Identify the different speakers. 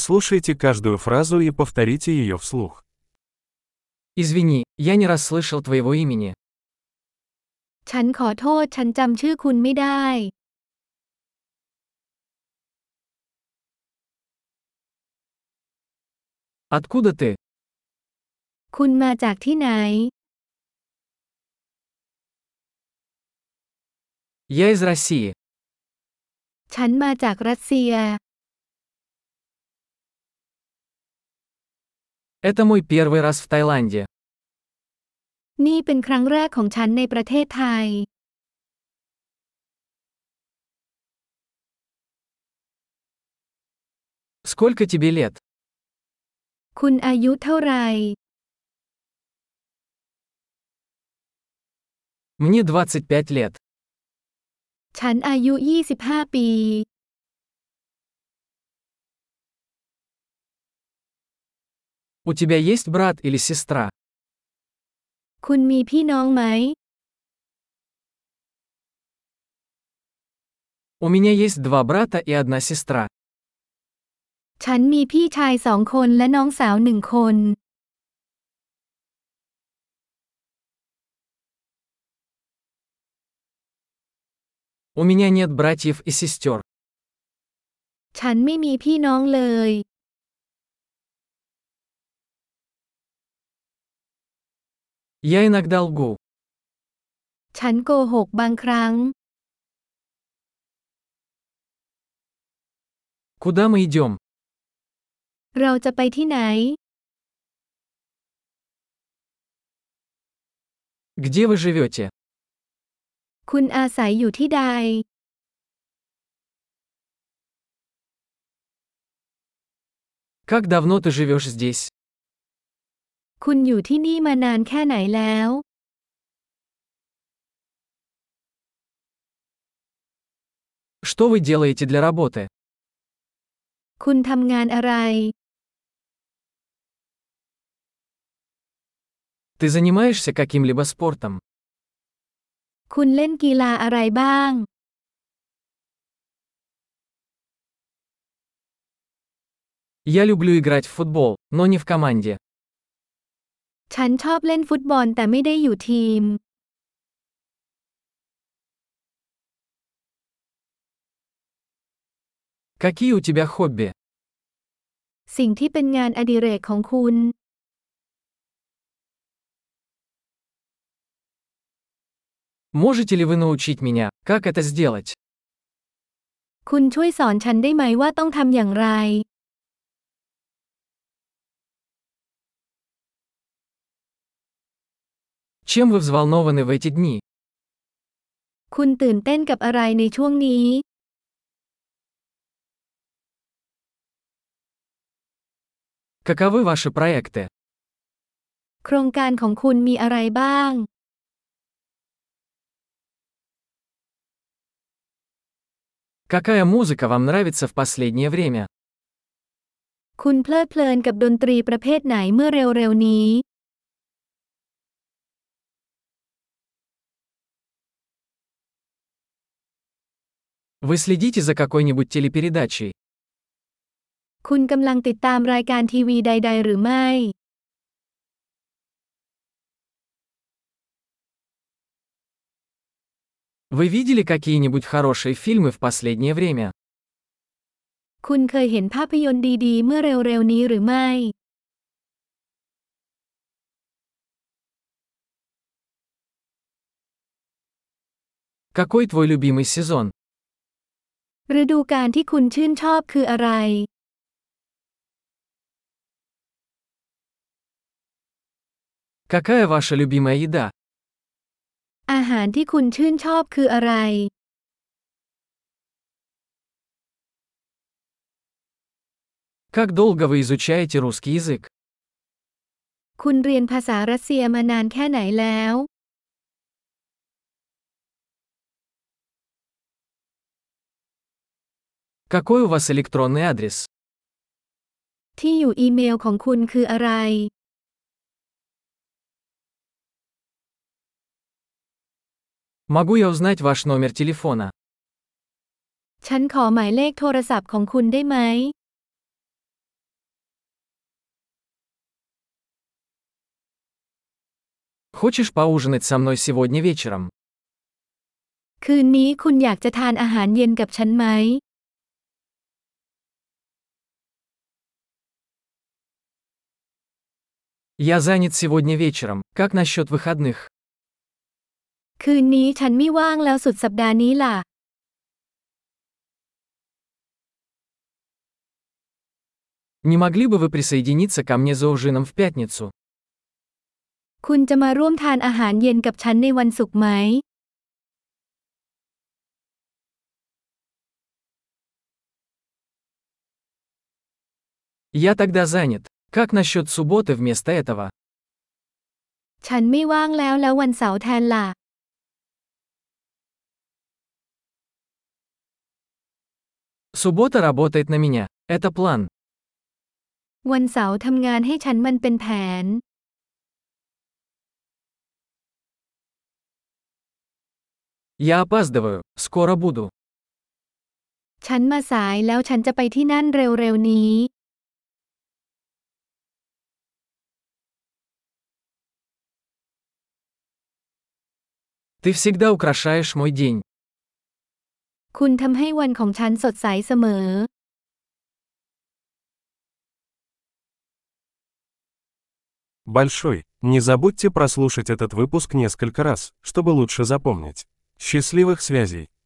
Speaker 1: Прослушайте каждую фразу и повторите ее вслух.
Speaker 2: Извини, я не расслышал твоего имени.
Speaker 3: ฉันขอโทษฉันจำชื่อคุณไม่ได้
Speaker 2: Откуда ты?
Speaker 3: คุณมาจากที่ไหน
Speaker 2: Я из России.
Speaker 3: ฉันมาจากรัสเซีย
Speaker 2: Это мой первый раз в Таиланде.
Speaker 3: นี่เป็นครั้งแรกของฉันในประเทศไทย
Speaker 2: Сколько тебе лет?
Speaker 3: คุณอายุเท่าไหร่
Speaker 2: Мне 25 лет.
Speaker 3: ฉันอายุ 25 ปี
Speaker 2: У тебя есть брат или сестра?
Speaker 3: คุณมีพี่น้องไหม
Speaker 2: У меня есть два брата и одна сестра.
Speaker 3: ฉันมีพี่ชายสองคนและน้องสาวหนึ่งคน
Speaker 2: У меня нет братьев и сестер.
Speaker 3: ฉันไม่มีพี่น้องเลย
Speaker 2: Я иногда лгу.
Speaker 3: ฉันโกหกบางครั้ง
Speaker 2: Куда мы идем?
Speaker 3: เราจะไปที่ไหน
Speaker 2: Где вы живете?
Speaker 3: คุณอาศัยอยู่ที่ใด
Speaker 2: Как давно ты живешь здесь?
Speaker 3: คุณอยู่ที่นี่มานานแค่ไหนแล้ว
Speaker 2: Что вы делаете для работы?
Speaker 3: คุณทำงานอะไร
Speaker 2: Ты занимаешься каким-либо спортом?
Speaker 3: คุณเล่นกีฬาอะไรบ้าง
Speaker 2: Я люблю играть в футбол, но не в команде.
Speaker 3: ฉันชอบเล่นฟุตบอลแต่ไม่ได้อยู่ทีม
Speaker 2: Какие у тебя хобби?
Speaker 3: สิ่งที่เป็นงานอดิเรกของคุณ
Speaker 2: Можете ли вы научить меня, как это сделать?
Speaker 3: คุณช่วยสอนฉันได้ไหมว่าต้องทำอย่างไร
Speaker 2: Чем вы взволнованы в эти дни?
Speaker 3: คุณตื่นเต้นกับอะไรในช่วงนี้
Speaker 2: Каковы ваши проекты?
Speaker 3: โครงการของคุณมีอะไรบ้าง
Speaker 2: Какая музыка вам нравится в последнее время?
Speaker 3: คุณเพลิดเพลินกับดนตรีประเภทไหนเมื่อเร็วๆนี้
Speaker 2: Вы следите за какой-нибудь телепередачей?
Speaker 3: คุณกำลังติดตามรายการทีวีใด ๆ หรือไม่
Speaker 2: Вы видели какие-нибудь хорошие фильмы в последнее время?
Speaker 3: คุณเคยเห็นภาพยนตร์ดีๆ เมื่อเร็วๆนี้หรือไม่
Speaker 2: Какой твой любимый сезон?
Speaker 3: ฤดูกาลที่คุณชื่นชอบคืออะไร
Speaker 2: Какая ваша любимая еда?
Speaker 3: อาหารที่คุณชื่นชอบคืออะไร
Speaker 2: Как долго вы изучаете русский язык?
Speaker 3: คุณเรียนภาษารัสเซียมานานแค่ไหนแล้ว
Speaker 2: Какой у вас электронный адрес?
Speaker 3: ที่อยู่อีเมลของคุณคืออะไร
Speaker 2: Могу я узнать ваш номер телефона?
Speaker 3: ฉันขอหมายเลขโทรศัพท์ของคุณได้ไหม
Speaker 2: Хочешь поужинать со мной сегодня вечером?
Speaker 3: คืนนี้คุณอยากจะทานอาหารเย็นกับฉันไหม
Speaker 2: Я занят сегодня вечером. Как насчет выходных?
Speaker 3: คืนนี้ฉันไม่ว่างแล้วสุดสัปดาห์นี้ล่ะ
Speaker 2: Не могли бы вы присоединиться ко мне за ужином в пятницу?
Speaker 3: คุณจะมาร่วมทานอาหารเย็นกับฉันในวันศุกร์ไหม
Speaker 2: Я тогда занят. Как насчет субботы вместо этого?
Speaker 3: ฉันไม่ว่างแล้วแล้ววันเสาร์แทนล่ะ
Speaker 2: Суббота работает на меня. Это план.
Speaker 3: วันเสาร์ทำงานให้ฉันมันเป็นแผน
Speaker 2: Я опаздываю. Скоро буду.
Speaker 3: ฉันมาสายแล้วฉันจะไปที่นั่นเร็วๆนี้
Speaker 2: Ты всегда украшаешь мой день.
Speaker 3: คุณทำให้วันของฉันสดใสเสมอ
Speaker 1: Большой, не забудьте прослушать этот выпуск несколько раз, чтобы лучше запомнить. Счастливых связей!